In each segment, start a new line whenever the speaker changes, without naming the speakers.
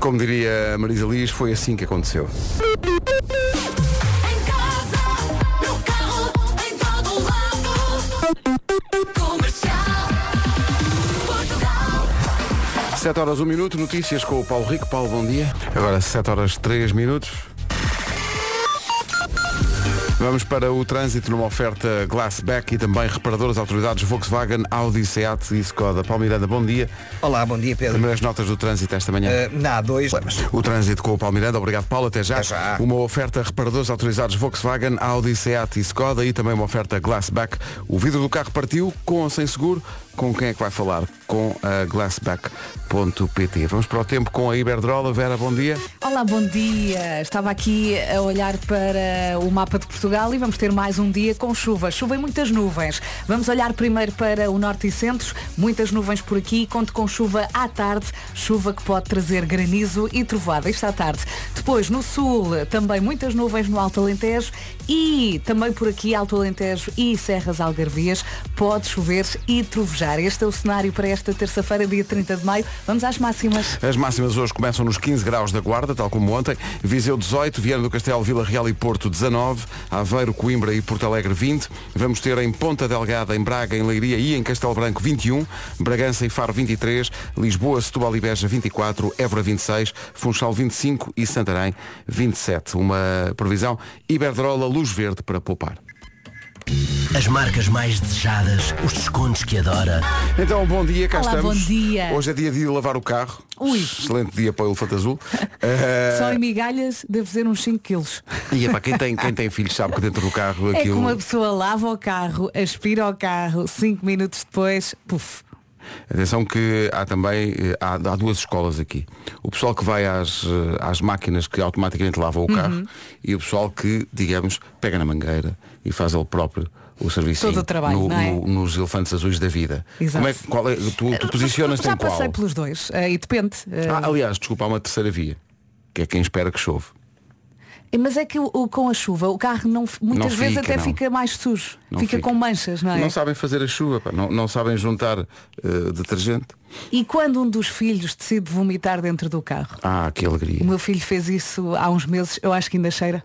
como diria a Marisa Lias, foi assim que aconteceu.
Em casa, no carro, em todo lado. Comercial. Portugal.
7 horas 1 minuto, notícias com o Paulo Rico. Paulo, bom dia. Agora 7 horas 3 minutos. Vamos para o trânsito numa oferta Glassback e também reparadoras autoridades Volkswagen, Audi, Seat e Skoda. Paulo Miranda, bom dia.
Olá, bom dia Pedro.
Primeiras notas do trânsito esta manhã.
Eh, na A2, problemas.
O trânsito com o Palmeiranda, obrigado Paulo, até já.
Até já.
Uma oferta reparadores autorizados Volkswagen, Audi, Seat e Skoda e também uma oferta Glassback. O vidro do carro partiu, com ou sem seguro, com quem é que vai falar? Com a glassback.pt. Vamos para o tempo com a Iberdrola. Vera, bom dia.
Olá, bom dia. Estava aqui a olhar para o mapa de Portugal e vamos ter mais um dia com chuva. Chuva e muitas nuvens. Vamos olhar primeiro para o norte e centro. Muitas nuvens por aqui. Conto com chuva à tarde. Chuva que pode trazer granizo e trovoada. Isto à tarde. Depois, no sul, também muitas nuvens no Alto Alentejo e também por aqui, Alto Alentejo e Serras Algarvias, pode chover e trovejar. Este é o cenário para esta terça-feira, dia 30 de maio. Vamos às máximas.
As máximas hoje começam nos 15 graus da Guarda, tal como ontem. Viseu 18, Viana do Castelo, Vila Real e Porto 19, Aveiro, Coimbra e Porto Alegre 20. Vamos ter em Ponta Delgada, em Braga, em Leiria e em Castelo Branco 21, Bragança e Faro 23, Lisboa, Setúbal e Beja 24, Évora 26, Funchal 25 e Santarém 27. Uma previsão Iberdrola Luz Verde para poupar.
As marcas mais desejadas, os descontos que adora.
Então, bom dia, cá
Olá,
estamos.
bom dia.
Hoje é dia de ir lavar o carro.
Ui.
Excelente dia para o Elefante Azul. Eh,
Só em migalhas deve ser uns 5 quilos.
E é para quem tem, quem tem filhos sabe que dentro do carro
É que
aquilo.
uma pessoa lava o carro, aspira ao carro, 5 minutos depois, puf.
Atenção que há também eh, há, há duas escolas aqui. O pessoal que vai às, eh, às máquinas que automaticamente lavam o carro
Uhum.
e o pessoal que, digamos, pega na mangueira e faz ele próprio o serviço
Todo o trabalho, não é?
nos elefantes azuis da vida.
Exato.
Como
Eh,
é, que- qual é, tu, tu posicionas-te
Já
em qual?
passei pelos dois, eh, e depende. eh,
Ah, aliás, desculpa, há uma terceira via, que é quem espera que chove.
Mas é que o- o- com a chuva o carro não, f- muitas
Não
vezes
fica,
até
não.
fica mais sujo.
Não
fica,
fica.
com manchas, não é?
Não sabem fazer a chuva, pá, Não, não sabem juntar eh, detergente.
E quando um dos filhos decide vomitar dentro do carro?
Ah, que alegria.
O meu filho fez isso há uns meses, eu acho que ainda cheira.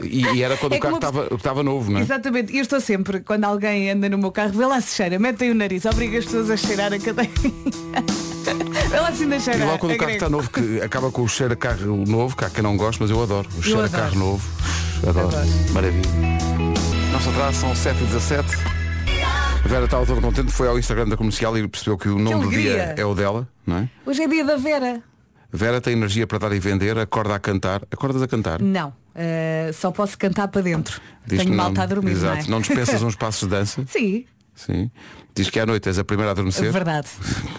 Que- E, e era quando
É
o carro
como-
estava estava novo, não é?
Exatamente, e eu estou sempre, quando alguém anda no meu carro, vê lá se cheira, metem o nariz, obriga as pessoas a cheirar a cadeia. vê lá se ainda cheira.
E logo quando
a
o carro
grego.
está novo, que acaba com o cheiro a carro novo, que há quem não gosta, mas eu adoro. O cheiro a
adoro.
carro novo. Adoro. Maravilha. Nosso atraso são 7h17. A Vera estava toda contente, foi ao Instagram da comercial e percebeu que o nome do dia
alegria.
é o dela, não é?
Hoje é dia da Vera.
Vera tem energia para dar e vender, acorda a cantar. Acordas a cantar?
Não, eh, só posso cantar para dentro.
Diz
Hum, Tenho
que
malta
não,
a dormir,
Exato.
não é?
dispensas uns passos de dança.
Sim,
Sim. Diz que à noite és a primeira a
é
adormecer.
verdade.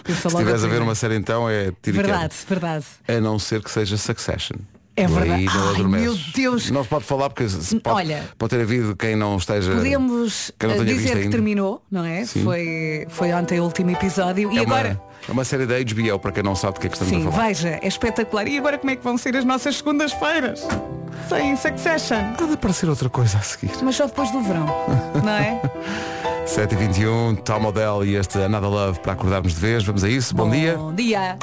Eu
Se
sou logo
estiveres a ver
primeira.
uma série então é tiro e queda.
Verdade, verdade.
A não ser que seja Succession.
É
Tu
verdade.
Aí não
Ai,
adormeces.
meu Deus. Hum,
Não se pode falar porque se pode,
Olha.
pode ter havido quem não esteja.
Podemos
quem não
eh,
tenha visto
dizer que
ainda.
terminou, não é?
Sim.
Foi, foi ontem o último episódio. e
É uma,
agora?
é uma série da HBO, para quem não sabe do que é que estamos
Sim,
a falar.
veja, é espetacular. E agora como é que vão ser as nossas segundas-feiras? Sem Succession.
Há de aparecer outra coisa a seguir.
Mas só depois do verão, não é?
7h21, Tom Odell e este Nada Love para acordarmos de vez. Vamos a isso. Bom, dia.
Bom dia.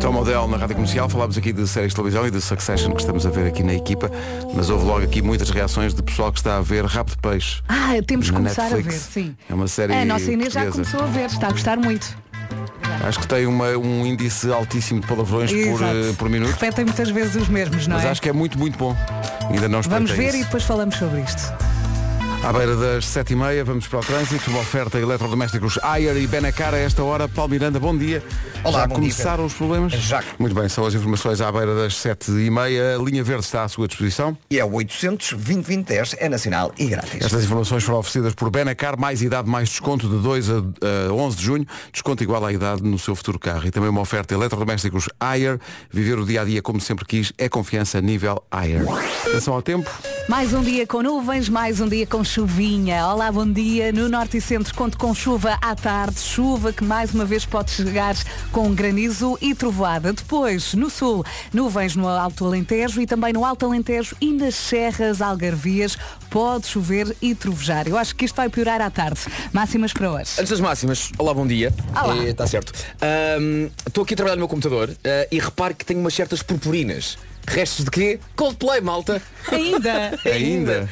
Tom Odell na Rádio Comercial, falámos aqui de séries de televisão e de Succession que estamos a ver aqui na equipa, mas houve logo aqui muitas reações de pessoal que está a ver Rap de Peixe.
Ah, temos que
Na
começar a ver,
Netflix.
sim.
É uma série
A nossa Inês já
portuguesa.
começou a ver, está a gostar muito.
Acho que tem uma- um índice altíssimo de palavrões por, eh,
Exato.
por minuto.
Repetem muitas vezes os mesmos, não
Mas
é?
acho que é muito, muito bom. Ainda não
Vamos
espreitei
ver e
isso.
depois falamos sobre isto.
À beira das 7h30, vamos para o trânsito. Uma oferta eletrodomésticos Ayer e Benacar a esta hora. Paulo Miranda, bom dia.
Olá,
Já
bom dia,
começaram os problemas?
Já.
Muito bem, são as informações à beira das 7h30. A linha verde está à sua disposição.
E é o 800 2010 é nacional e grátis.
Estas informações foram oferecidas por Benacar, mais idade, mais desconto de 2 a, a 11 de junho, desconto igual à idade no seu futuro carro. E também uma oferta eletrodomésticos Ayer, viver o dia a dia como sempre quis, é confiança nível Ayer. Atenção ao tempo.
Mais um dia com nuvens, mais um dia com chuvinha. Olá, bom dia. No Norte e Centro conto com chuva à tarde, chuva que mais uma vez pode chegar com granizo e trovoada. Depois, no Sul, nuvens no Alto Alentejo e também no Alto Alentejo e nas Serras Algarvias pode chover e trovejar. Eu acho que isto vai piorar à tarde. Máximas para hoje.
Antes das máximas, olá, bom dia.
Olá.
Está certo. Ahm, Estou aqui a trabalhar no meu computador ah, e repare que tenho umas certas purpurinas. Restos de quê? Coldplay, malta.
Ainda!
Ainda?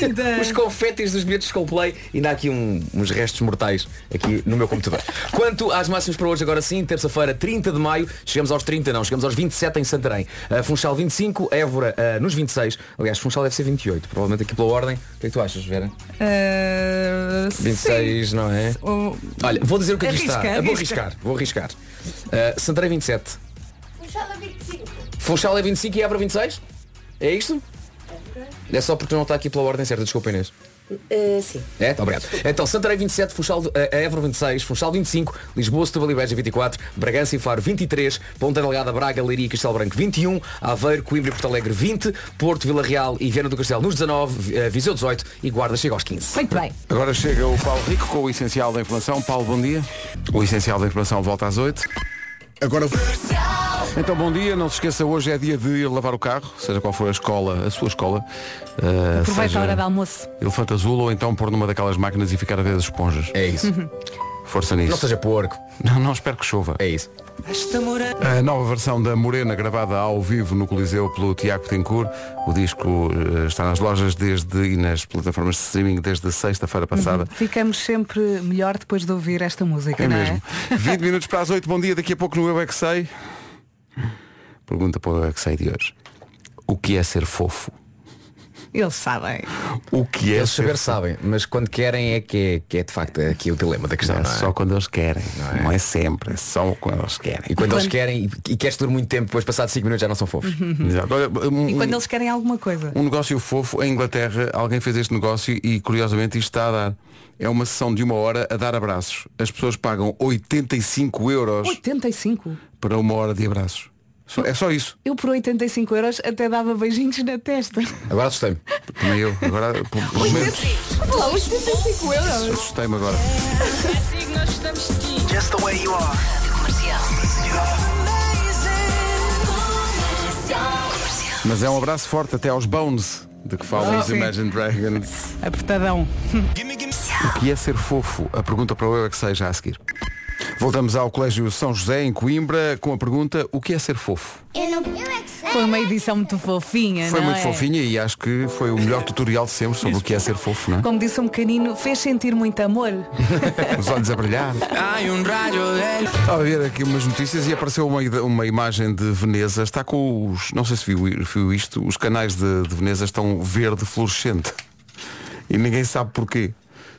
Ainda!
Os confetes dos bilhetes de Coldplay. Ainda há aqui um- uns restos mortais aqui no meu computador. Quanto às máximas para hoje, agora sim, terça-feira, 30 de maio, chegamos aos 30, não, chegamos aos 27 em Santarém. Ah, Funchal 25, Évora ah, nos 26. Aliás, Funchal deve ser 28, provavelmente aqui pela ordem. O que é que tu achas, Vera?
Ah, Oh,
26, não é?
sim. O-
Olha, vou dizer o que aqui
Arrisca,
está. Ah, Vou
arrisca.
arriscar, vou arriscar. Ah, Santarém 27. Funchal é 25 e Évora 26? É isto? É só porque não está aqui pela ordem certa, desculpa Inês.
Eh, sim.
É, tá, obrigado. Então, Santarém 27, Funchal, eh, Évora 26, Funchal 25, Lisboa, Setúbal e Beja 24, Bragança e Faro 23, Ponta Delgada, Braga, Leiria e Castelo Branco 21, Aveiro, Coimbra e Porto Alegre 20, Porto, Vila Real e Viana do Castelo nos 19, eh, Viseu 18 e Guarda chega aos 15.
Muito bem.
Agora chega o Paulo Rico com o Essencial da Informação. Paulo, bom dia. O Essencial da Informação volta às 8.
Agora
Então, bom dia. Não se esqueça, hoje é dia de ir lavar o carro, seja qual for a escola, a sua escola. eh,
Aproveita
seja
a hora de almoço.
Elefante azul ou então pôr numa daquelas máquinas e ficar a ver as esponjas.
É isso.
Força nisso.
Não seja porco.
Não, não espero que chova.
É isso.
A nova versão da Morena, gravada ao vivo no Coliseu pelo Tiago Tencourt. O disco eh, está nas lojas desde e nas plataformas de streaming desde sexta-feira passada.
Ficamos sempre melhor depois de ouvir esta música,
É
não
mesmo. 20 minutos para as 8, bom dia. Daqui a pouco no Eu é que sei. Pergunta para o Eu é que sei de hoje. O que é ser fofo?
é? Eles sabem.
O que é
Eles
ser
saber sabem, mas quando querem é que é, que é de facto aqui o dilema da questão.
fofo? É
não é?
só quando eles querem. Não é, sempre. É só quando eles
E
querem.
quando, eles querem e, e queres durar muito tempo, depois passado 5 minutos já não são fofos.
Uhum.
Exato. Olha, um-
E quando eles querem alguma coisa.
Um negócio fofo, em Inglaterra, alguém fez este negócio e curiosamente isto está a dar. É uma sessão de uma hora a dar abraços. As pessoas pagam 85 euros
85.
para uma hora de abraços. Só- é só isso.
Eu por 85 euros até dava beijinhos na testa.
É
Agora assustei-me.
Também eu. Agora, pelo pelo menos, assustei-me agora.
Just the way you are.
Mas é um abraço forte até aos Bones, de que falam
Ah,
os
sim.
Imagine Dragons.
Apertadão.
Que é ser fofo? A pergunta para o eu é que sei já a seguir. Voltamos ao Colégio São José, em Coimbra, com a pergunta, o que é ser fofo?
Eu não. Eu é que sei.
Foi uma edição muito fofinha,
Foi
não
muito
é?
fofinha e acho que foi o melhor tutorial de sempre sobre o que é ser fofo, não é?
Como disse um pequenino, fez sentir muito amor.
Os olhos a brilhar. Estava a ver aqui umas notícias e apareceu uma, ide- uma imagem de Veneza. Está com os. Não sei se viu, i- viu isto. Os canais de, de Veneza estão verde fluorescente. E ninguém sabe porquê.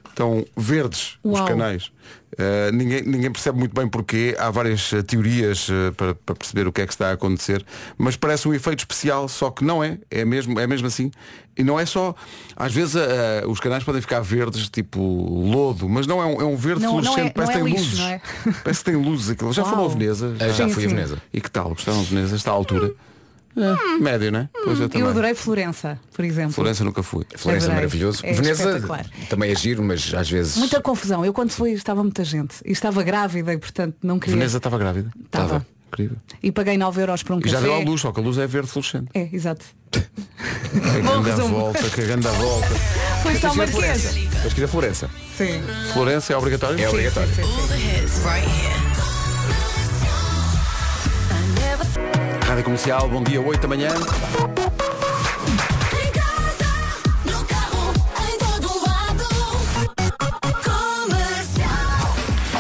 Estão verdes os
Uau.
canais. Uh, ninguém, ninguém percebe muito bem porquê. Há várias uh, teorias uh, para, para perceber o que é que está a acontecer. Mas parece um efeito especial, só que não é. É mesmo, é mesmo assim. E não é só. Às vezes uh, uh, os canais podem ficar verdes, tipo lodo, mas não é um, é um verde
Não- não é-
fluorescente. parece
não é
que tem
lixo,
luzes.
não é?
Parece que tem luzes aquilo. Já
Uau.
foram É, a Veneza.
Eu Ah, já
Sim,
fui a
sim.
Veneza.
E que tal? Gostaram de Veneza? Está à altura? É, Médio, não é? Pois eu também.
Hum. Eu adorei Florença, por exemplo.
Florença nunca fui.
Florença é
Adorei.
maravilhoso.
É
Veneza
espetacular.
também é giro, mas às vezes.
Muita confusão. Eu quando fui estava muita gente. E estava grávida e portanto não queria.
Veneza estava grávida.
Estava.
Incrível.
E paguei 9 euros por um
E
café.
já deu à luz, só que a luz é verde fluorescente.
É, exato.
Que grande a
resumo.
volta, que grande a volta.
Foi São
Mas quis ir a
Marquês.
Florença. Mas quis ir a Florença.
Sim.
Florença é obrigatório?
É obrigatório.
Rádio Comercial, bom dia, 8 da manhã.
Em casa, no carro, em todo lado. Comercial.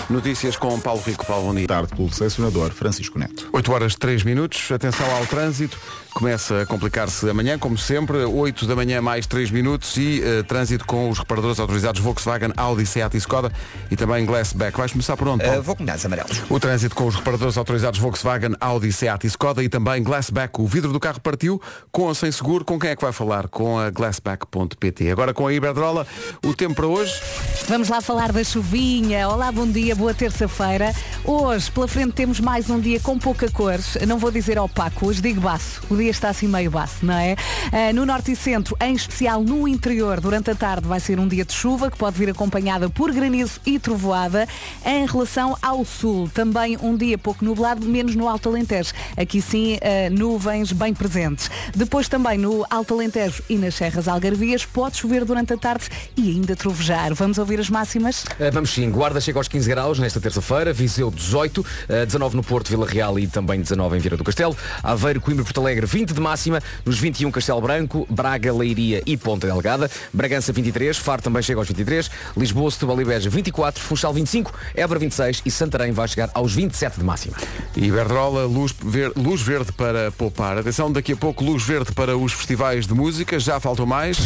Notícias com Paulo Rico. Paulo, bom dia.
tarde pelo selecionador Francisco Neto.
8 horas 3 minutos, atenção ao trânsito, começa a complicar-se amanhã, como sempre, 8 da manhã mais 3 minutos e eh, trânsito com os reparadores autorizados Volkswagen, Audi, Seat e Skoda e também Glassback. Vais começar por onde? Paulo?
Ah, vou com dados amarelos.
O trânsito com os reparadores autorizados Volkswagen, Audi, Seat e Skoda e também Glassback. O vidro do carro partiu com ou sem seguro. Com quem é que vai falar? Com a glassback.pt. Agora com a Iberdrola, o tempo para hoje.
Vamos lá falar da chuvinha. Olá, bom dia, boa terça-feira. Hoje, pela frente, temos mais um dia com pouca cores. Não vou dizer opaco, hoje digo baço. O dia está assim meio baço, não é? Ah, no norte e centro, em especial no interior, durante a tarde vai ser um dia de chuva que pode vir acompanhada por granizo e trovoada. Em relação ao sul, também um dia pouco nublado, menos no Alto Alentejo. Aqui sim, ah, nuvens bem presentes. Depois também no Alto Alentejo e nas Serras Algarvias pode chover durante a tarde e ainda trovejar. Vamos ouvir as máximas?
Eh, Vamos sim, Guarda chega aos 15 graus nesta terça-feira, Viseu 18, eh, 19 no Porto, Vila Real e também 19 em Vieira do Castelo, Aveiro, Coimbra e Porto Alegre 20 de máxima, nos 21 Castelo Branco, Braga, Leiria e Ponta Delgada, Bragança 23, Faro também chega aos 23, Lisboa, Setúbal e Beja 24, Funchal 25, Évora 26 e Santarém vai chegar aos 27 de máxima.
E Iberdrola, luz, ver- luz verde para poupar. Atenção, daqui a pouco luz verde para os festivais de música, já faltam mais.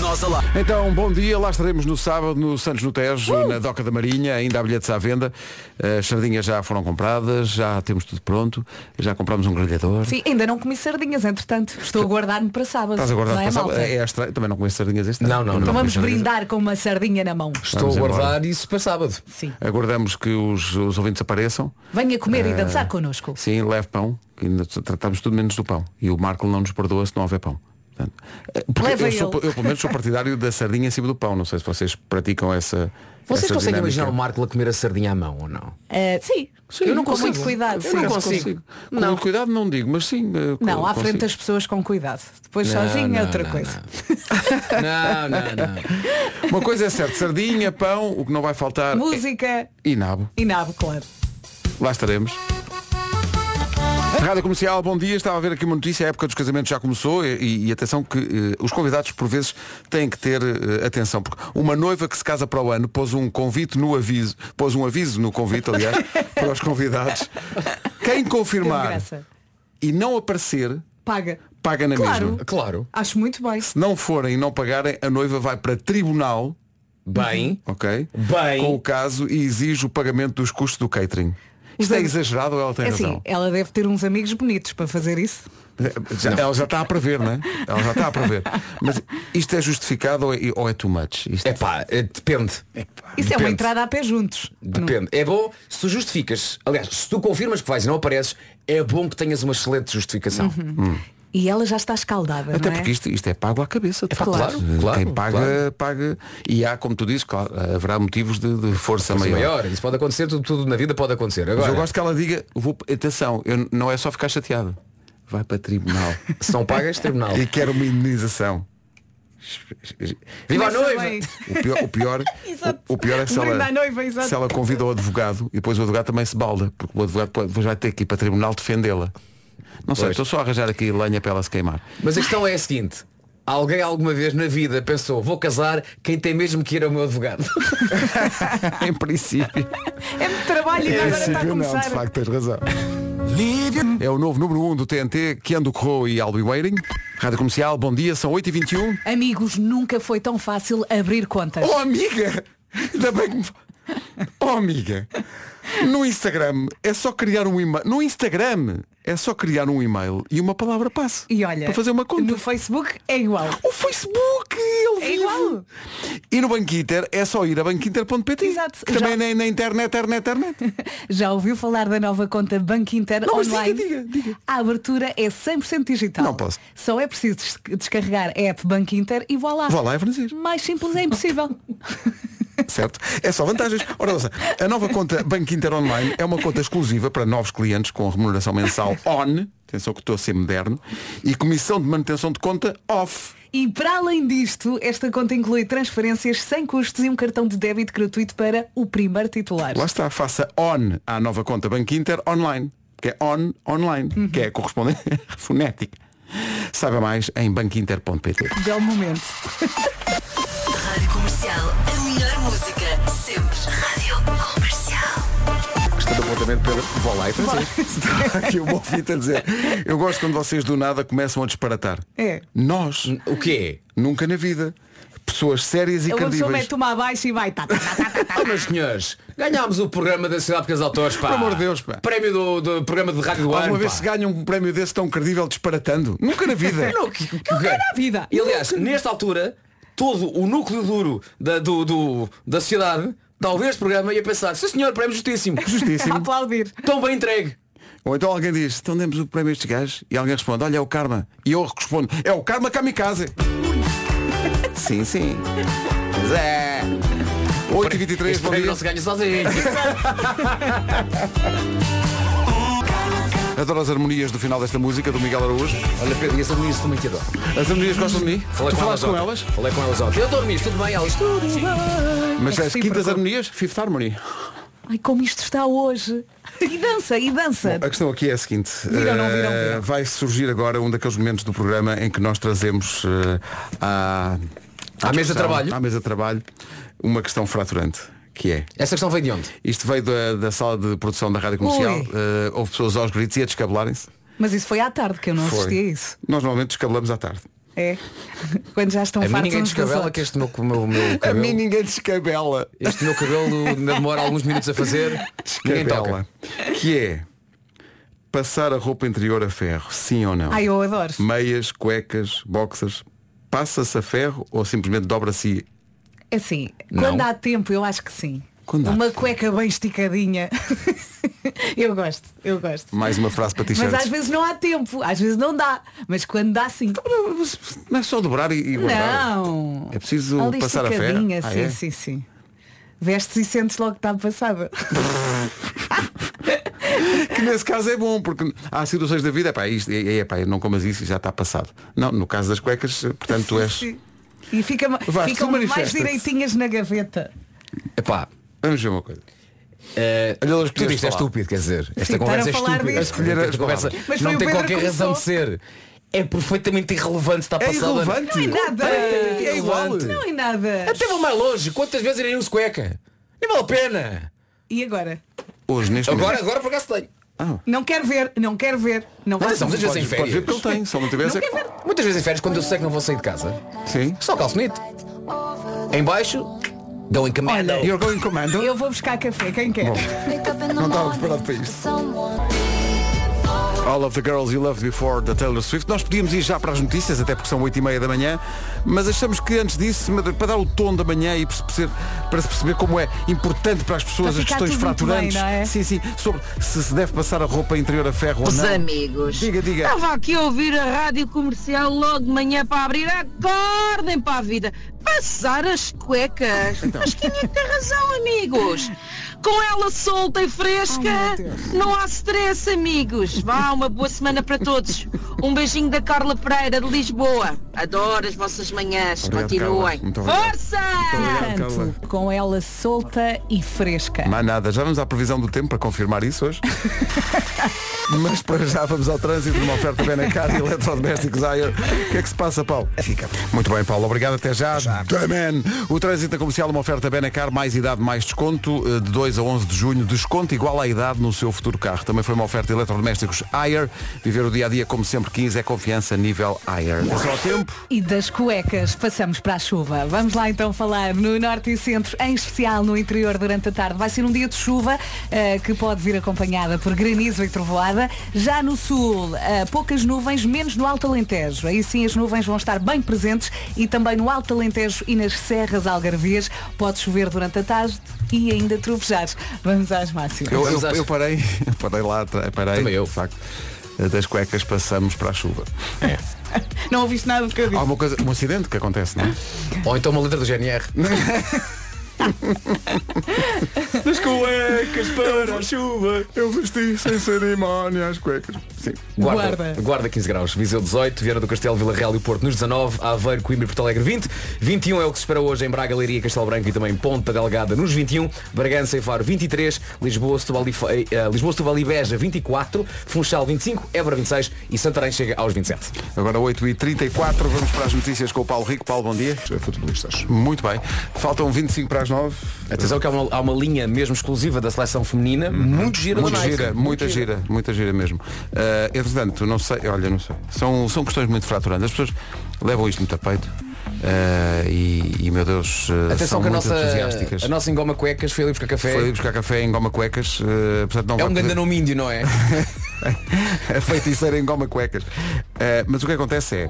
Nós lá.
Então, bom dia, lá estaremos no sábado no Santos no Tejo, na Doca da Marinha, ainda há bilhetes à venda. As sardinhas já foram compradas, já temos tudo pronto, já compramos um grelhador.
Sim, ainda não comi sardinhas, entretanto. Estou a guardar-me para sábado.
Estás a guardar
não é,
para sábado?
malta?
É estranho, também não conheço sardinhas este.
Não,
ano.
não, não.
Então vamos
conheço sardinhas.
brindar com uma sardinha na mão.
Estou
Vamos
a guardar
embora.
isso para sábado.
Sim.
Aguardamos que os, os ouvintes apareçam.
Venha comer e dançar connosco.
Ah. Sim, leve pão, que ainda tra- tratamos tudo menos do pão. E o Marco não nos perdoa se não houver pão. Portanto, eh, porque
Leva
eu, sou,
ele.
eu, pelo menos sou partidário da sardinha em cima do pão. Não sei se vocês praticam essa.
Vocês
essa
conseguem
dinâmica.
imaginar o Marco a comer a sardinha à mão ou não?
Eh, sim.
Sim,
com muito cuidado.
Eu
sim.
não consigo. Com muito cuidado não digo, mas sim. eh,
Não,
co-
à frente
consigo.
das pessoas com cuidado. Depois
Não,
sozinho é
não,
outra
não,
coisa.
Não, não, não.
Uma coisa é certa, sardinha, pão, o que não vai faltar.
Música
E nabo.
e nabo, claro.
Lá estaremos. Rádio Comercial, bom dia. Estava a ver aqui uma notícia, a época dos casamentos já começou e, e atenção que eh, os convidados por vezes têm que ter eh, atenção, porque uma noiva que se casa para o ano pôs um convite no aviso, pôs um aviso no convite, aliás, para os convidados. Quem
Teve
confirmar
graça.
e não aparecer,
Paga.
paga na
Claro.
mesma.
Claro.
Acho muito bem.
Se não forem e não pagarem, a noiva vai para tribunal,
Bem,
ok?
Bem.
Com o caso e exige o pagamento dos custos do catering. Isto é exagerado ou ela tem
É
razão?
assim, ela deve ter uns amigos bonitos para fazer isso.
Já- ela já está a prever, não é? Ela já está a prever. Mas isto é justificado ou é, ou é too much? Isto
é pá, depende.
Isso é uma
Depende.
entrada a pé juntos.
Depende. É bom se tu justificas. Aliás, se tu confirmas que vais e não apareces, é bom que tenhas uma excelente justificação.
E ela já está escaldada,
Até
não é?
porque isto, isto é pago à cabeça.
pá,
depois.
claro, claro,
Quem paga,
claro.
paga. E há, como tu dizes, claro, haverá motivos de, de força
Mas
maior.
maior, isso pode acontecer, tudo, tudo na vida pode acontecer.
Mas
Agora,
eu gosto que ela diga, vou, atenção, eu, não é só ficar chateado. Vai para tribunal.
se não pagas, tribunal.
e quero uma indemnização.
Viva a
Começa
noiva!
bem.
O pior, o pior,
Exato.
o, o pior é que se
Um brinde
ela,
à noiva, exato.
se ela convida o advogado e depois o advogado também se balda, porque o advogado depois vai ter que ir para tribunal defendê-la. Não sei,
Pois.
estou só a arranjar aqui lenha para ela se queimar.
Mas a questão é a seguinte. Alguém alguma vez na vida pensou, vou casar, quem tem mesmo que ir é o meu advogado.
em princípio.
É muito trabalho e agora está a começar.
tens razão. É o novo número 1 um do TNT, Keando Corro e I'll Be Waiting. Rádio Comercial, bom dia, são 8h21.
Amigos, nunca foi tão fácil abrir contas.
Oh amiga! Ainda bem que me... Oh amiga! No Instagram é só criar um e-mail. No Instagram é só criar um e-mail e uma palavra passe.
E olha,
Para fazer uma conta.
no Facebook é igual.
O Facebook, ele
É
vive.
igual.
E no Banquinter é só ir a banquinter.pt.
Exato.
Que
Já-
também na, na internet, internet, internet.
Já ouviu falar da nova conta Banco Inter
Não, mas
online?
diga, diga, diga.
A abertura é 100% digital.
Não posso.
Só é preciso des- descarregar a app Banco Inter e vá lá.
Vá lá, é francês.
Mais simples é impossível.
Certo? É só vantagens. Ora, ouça, a nova conta Banco Inter Online é uma conta exclusiva para novos clientes com remuneração mensal on, atenção que estou a ser moderno, e comissão de manutenção de conta off.
E para além disto, esta conta inclui transferências sem custos e um cartão de débito gratuito para o primeiro titular.
Lá está, faça on à nova conta Banco Inter online, que é on online, que é correspondente fonética. Saiba mais em banquinter.pt.
Belo um momento.
Rádio Comercial, a melhor música sempre. Rádio Comercial.
Gostei do apontamento, Pedro. Vou lá e Está aqui o ouvinte a dizer. Eu gosto quando vocês do nada começam a disparatar.
É.
Nós,
O quê?
nunca na vida. Pessoas sérias e
A pessoa
credíveis.
mete uma abaixo e vai. Tá, tá, tá, tá, tá, tá.
Oh, meus senhores, ganhámos o programa da Cidade Pequenos Autores, pá.
Por amor de Deus, pá.
Prémio do, do programa de rádio do ano,
Alguma vez
pá.
se ganha um prémio desse tão credível disparatando? Nunca na vida.
Não, que, que,
era a vida.
E aliás, nesta altura, todo o núcleo duro da, do, do- da sociedade talvez o programa ia pensar, sim senhor, prémio justíssimo.
Justíssimo.
aplaudir.
Tão bem entregue.
Ou então alguém diz, então demos o prémio a estes gajos e alguém responde, olha é o karma. E eu respondo, é o karma kamikaze. sim, sim. é. Zé. 8h23,
Este
bom
prémio
dia.
não se ganha sozinho.
Adoro as harmonias do final desta música do Miguel Araújo.
Olha Pedro, e as harmonias também te adoro.
As harmonias gostam de mim? tu falaste com
ontem.
elas?
Falei com elas ontem. Eu adoro nisto, tudo bem, elas tudo.
Mas
É que
as
sim,
quintas
pergunto.
harmonias, Fifth Harmony.
Ai, como isto está hoje. E dança, e dança.
A questão aqui é a seguinte.
Viram, não viram,
eh,
viram.
Vai surgir agora um daqueles momentos do programa em que nós trazemos eh, à,
À mesa de
discussão,
trabalho.
à mesa de trabalho uma questão fraturante, que é
Essa questão veio de onde?
Isto veio da, da sala de produção da Rádio Comercial.
Ui.
Eh, houve pessoas aos gritos e a descabelarem-se.
Mas isso foi à tarde que eu não
é. Foi.
assisti a isso.
Nós normalmente descabelamos à tarde.
É. Quando já estão
A mim
fartos
ninguém
uns dos
descabela que
outros.
este meu, meu, meu cabelo.
ninguém descabela.
Este meu cabelo ainda demora alguns minutos a fazer. Ninguém
Descabela.
toca.
Que é passar a roupa interior a ferro, sim ou não?
Ai, eu adoro.
Meias, cuecas, boxers. Passa-se a ferro ou simplesmente dobra-se?
É assim,
Não.
quando há tempo, eu acho que sim.
Quando há
uma
tempo.
cueca bem esticadinha. eu gosto, eu gosto.
Mais uma frase para
Mas às
t-shirts.
vezes não há tempo, às vezes não dá. Mas quando dá, sim.
Então, Não é só dobrar e, e guardar.
Não.
É preciso
Ali
passar a ferro.
esticadinha,
Ah,
sim,
é?
sim, sim. Vestes e sentes logo que está passada.
Que nesse caso é bom, porque há situações da vida, pá, isto, é, é, pá, não comas isso e já está passado. Não, no caso das cuecas, eh, portanto, tu és.
Sim. E fica,
Vasco,
ficam
tu
mais
manifesta-te.
direitinhas na gaveta.
Epá,
Vamos ver uma coisa.
eh,
Olha elas que
tudo isto é
falar.
estúpido, quer dizer. Esta
estar
conversa
a
é
falar disto.
estúpida. Esta
Escolher as
conversa
palavras.
Mas foi
não
o
tem
Pedro
qualquer
que
razão de
começou.
ser. É perfeitamente irrelevante se está
É
passada.
irrelevante?
Não é nada.
É, é igual.
Não é nada.
Então-
Até vou mais longe. Quantas vezes irei uso cueca? Nem vale a pena.
E agora?
Hoje, neste
Agora,
momento.
agora por acaso tenho.
Não quero ver, não quero ver. Não
Mas
quero
então,
estamos a dizer
ver.
sem
Podes, podes ver
férias.
porque ele tem, se ele não tivesse. é
Não quer ver.
Muitas vezes em férias, quando eu sei que não vou sair de casa,
Sim.
só calçonete. Em baixo, dou em caminho.
You're going commando.
Eu vou buscar café, quem quer?
Não estava preparado para isto. All of the Girls You Loved Before da Taylor Swift. Nós podíamos ir já para as notícias, até porque são 8 e meia da manhã, mas achamos que antes disso, para dar o tom da manhã e para se perceber, para se perceber como é importante para as pessoas
Para
as
ficar
questões
tudo muito
fraturantes.
bem, não é?
Sim, sim. Sobre se se deve passar a roupa interior a ferro ou
Os
não.
amigos.
Diga, diga.
Estava aqui a ouvir a rádio comercial logo de manhã para abrir. Acordem para a vida. Passar as cuecas.
Então.
Mas quem é que tem razão, amigos? Com ela solta e fresca, não há stress, amigos. Vá, uma boa semana para todos. Um beijinho da Carla Pereira de Lisboa. Adoro as vossas manhãs.
Obrigado, Carla.
Continuem.
Muito obrigado.
Força!
Carla.
Portanto, com ela solta e fresca.
Mais nada, já vamos à previsão do tempo para confirmar isso hoje. Mas para já vamos ao trânsito numa oferta bem na cara e eletrodomésticos Ayer. O que é que se passa, Paulo?
Fica.
Muito bem, Paulo, obrigado. Até já. Também. O trânsito da comercial, uma oferta Benacar, mais idade, mais desconto, eh, de 2 a 11 de junho, desconto igual à idade no seu futuro carro. Também foi uma oferta de eletrodomésticos Ayer. Viver o dia a dia, como sempre, 15 é confiança nível Ayer. É só o tempo.
E das cuecas passamos para a chuva. Vamos lá então falar no norte e centro, em especial no interior durante a tarde. Vai ser um dia de chuva eh, que pode vir acompanhada por granizo e trovoada. Já no sul, eh, poucas nuvens, menos no Alto Alentejo. Aí sim as nuvens vão estar bem presentes e também no Alto Alentejo e nas serras algarvias pode chover durante a tarde e ainda trovejar. Vamos às máximas.
Eu, eu,
Vamos às-
eu parei, parei lá, atrás, parei.
Também eu.
De facto, eh, das cuecas passamos para a chuva.
Não ouviste nada do que eu
Há
disse.
uma coisa, um acidente que acontece, não é?
Ou então uma letra do GNR.
As cuecas para a chuva. Eu vesti sem cerimónia as cuecas. Sim.
Guarda,
Guarda.
guarda. 15 graus, Viseu 18, Viana do Castelo, Vila Real e Porto nos 19, Aveiro, Coimbra e Porto Alegre 20, 21 é o que se espera hoje em Braga, Leiria, Castelo Branco e também Ponta Delgada nos 21, Bragança e Faro 23, Lisboa, Setúbal e, Fa- eh, eh, Lisboa, Setúbal e Beja 24, Funchal 25, Évora 26 e Santarém chega aos 27.
Agora 8h34, vamos para as notícias com o Paulo Rico. Paulo, bom dia.
Futebolistas.
Muito bem. Faltam 25 para as 9.
Atenção que há uma, há uma linha mesmo exclusiva da seleção feminina, Uhum. muito gira
Muita
da Nike.
gira, muita gira, muita gira mesmo. Eh, entretanto, não sei, olha, não sei. São, são questões muito fraturantes. As pessoas levam isto muito a peito. eh, e, e, meu Deus, eh,
Atenção
são
que a
muito
nossa,
entusiásticas.
a nossa engoma cuecas foi ali buscar café.
Foi ali buscar café em Goma Cuecas. eh, portanto, não
É
vai
um grande
poder-
nome índio, não é?
a feiticeira em Goma Cuecas. Eh, mas o que acontece é.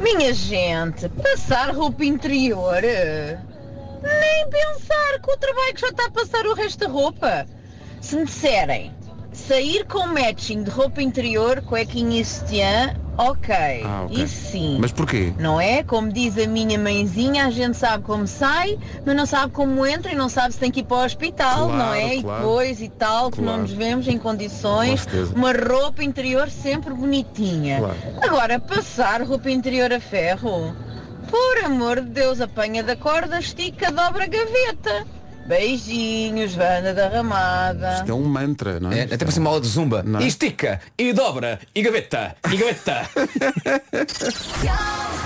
Minha gente, passar roupa interior. eh, Nem pensar com o trabalho que já está a passar o resto da roupa. Se me disserem, sair com matching de roupa interior, cuequinha e sutiã, ok.
Ah, ok.
Isso sim.
Mas porquê?
Não é? Como diz a minha mãezinha, a gente sabe como sai, mas não sabe como entra e não sabe se tem que ir para o hospital,
Claro,
não é?
claro.
E depois e tal, que
Claro.
não nos vemos em condições.
Com certeza.
Uma roupa interior sempre bonitinha.
Claro.
Agora, passar roupa interior a ferro? Por amor de Deus, apanha da corda, estica, dobra a gaveta. Beijinhos, banda da ramada.
Isto é um mantra, não é?
É, até para ser uma aula de zumba.
Não. é?
E estica, e dobra, e gaveta, e gaveta.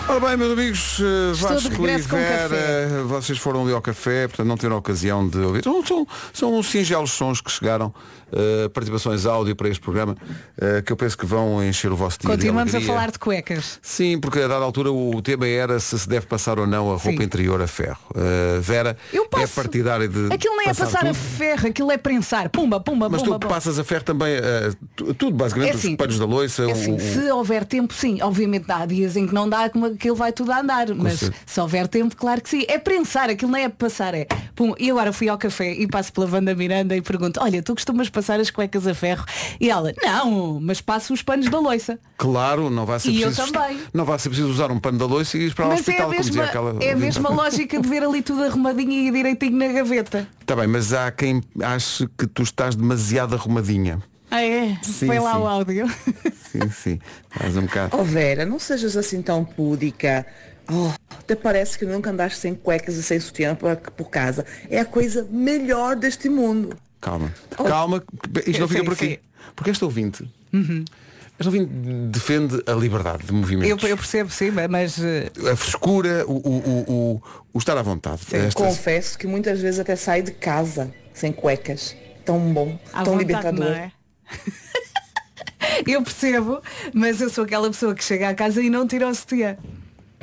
Ora bem, meus amigos, eh,
de
Vasco e
regresso com café.
Vera, vocês foram ali ao café, portanto não tiveram a ocasião de ouvir. São, são, são uns singelos sons que chegaram, eh, participações áudio para este programa, eh, que eu penso que vão encher o vosso dia. de
Continuamos a
alegria.
falar de cuecas.
Sim, porque a dada altura o tema era se se deve passar ou não a roupa
Sim.
interior a ferro. Eh, Vera
Eu passo.
é partidária de.
Aquilo nem é passar a
tudo,
ferro, aquilo é prensar. Pumba, pumba,
Mas tu
pumba. pumba.
passas a ferro também, eh, tu- tudo basicamente,
É assim.
os panos da loiça, um- o-
É assim,
o-
se houver tempo, sim, obviamente há dias em que não dá, como aquilo vai tudo a andar, mas
certeza.
se houver tempo, claro que sim. É prensar, aquilo não é passar, é pum, e agora fui ao café e passo pela Wanda Miranda e pergunto, olha, tu costumas passar as cuecas a ferro? E ela, não, mas passo os panos da loiça.
Claro, não vai ser
E eu
preciso.
também.
Não vai ser preciso usar um pano da loiça e ir para o
mas é a
hospital, como dizia
mesma,
aquela.
é a
ouvinte.
mesma lógica de ver ali tudo arrumadinho e direitinho na gaveta.
Tá bem, mas há quem ache que tu estás demasiado arrumadinha.
Ah, é?
Sim,
Foi lá
sim.
o áudio.
Sim, sim. Estás um bocado.
Oh Vera, não sejas assim tão púdica. Oh, até parece que nunca andaste sem cuecas e sem sutiã por, por casa. É a coisa melhor deste mundo.
Calma. Calma, que isto não
Oh. Sim,
fica por
sim. Uhum.
aqui. Porque esta ouvinte. Esta ouvinte defende a liberdade de
Eu,
movimentos.
eu percebo, sim, mas eh,
A frescura, o, o, o, o- o estar à vontade. Estas-
Confesso que muitas vezes até saio de casa sem cuecas. Tão bom,
À
tão
vontade,
libertador.
não é? Eu percebo, mas eu sou aquela pessoa que chega à casa e não tira o sutiã.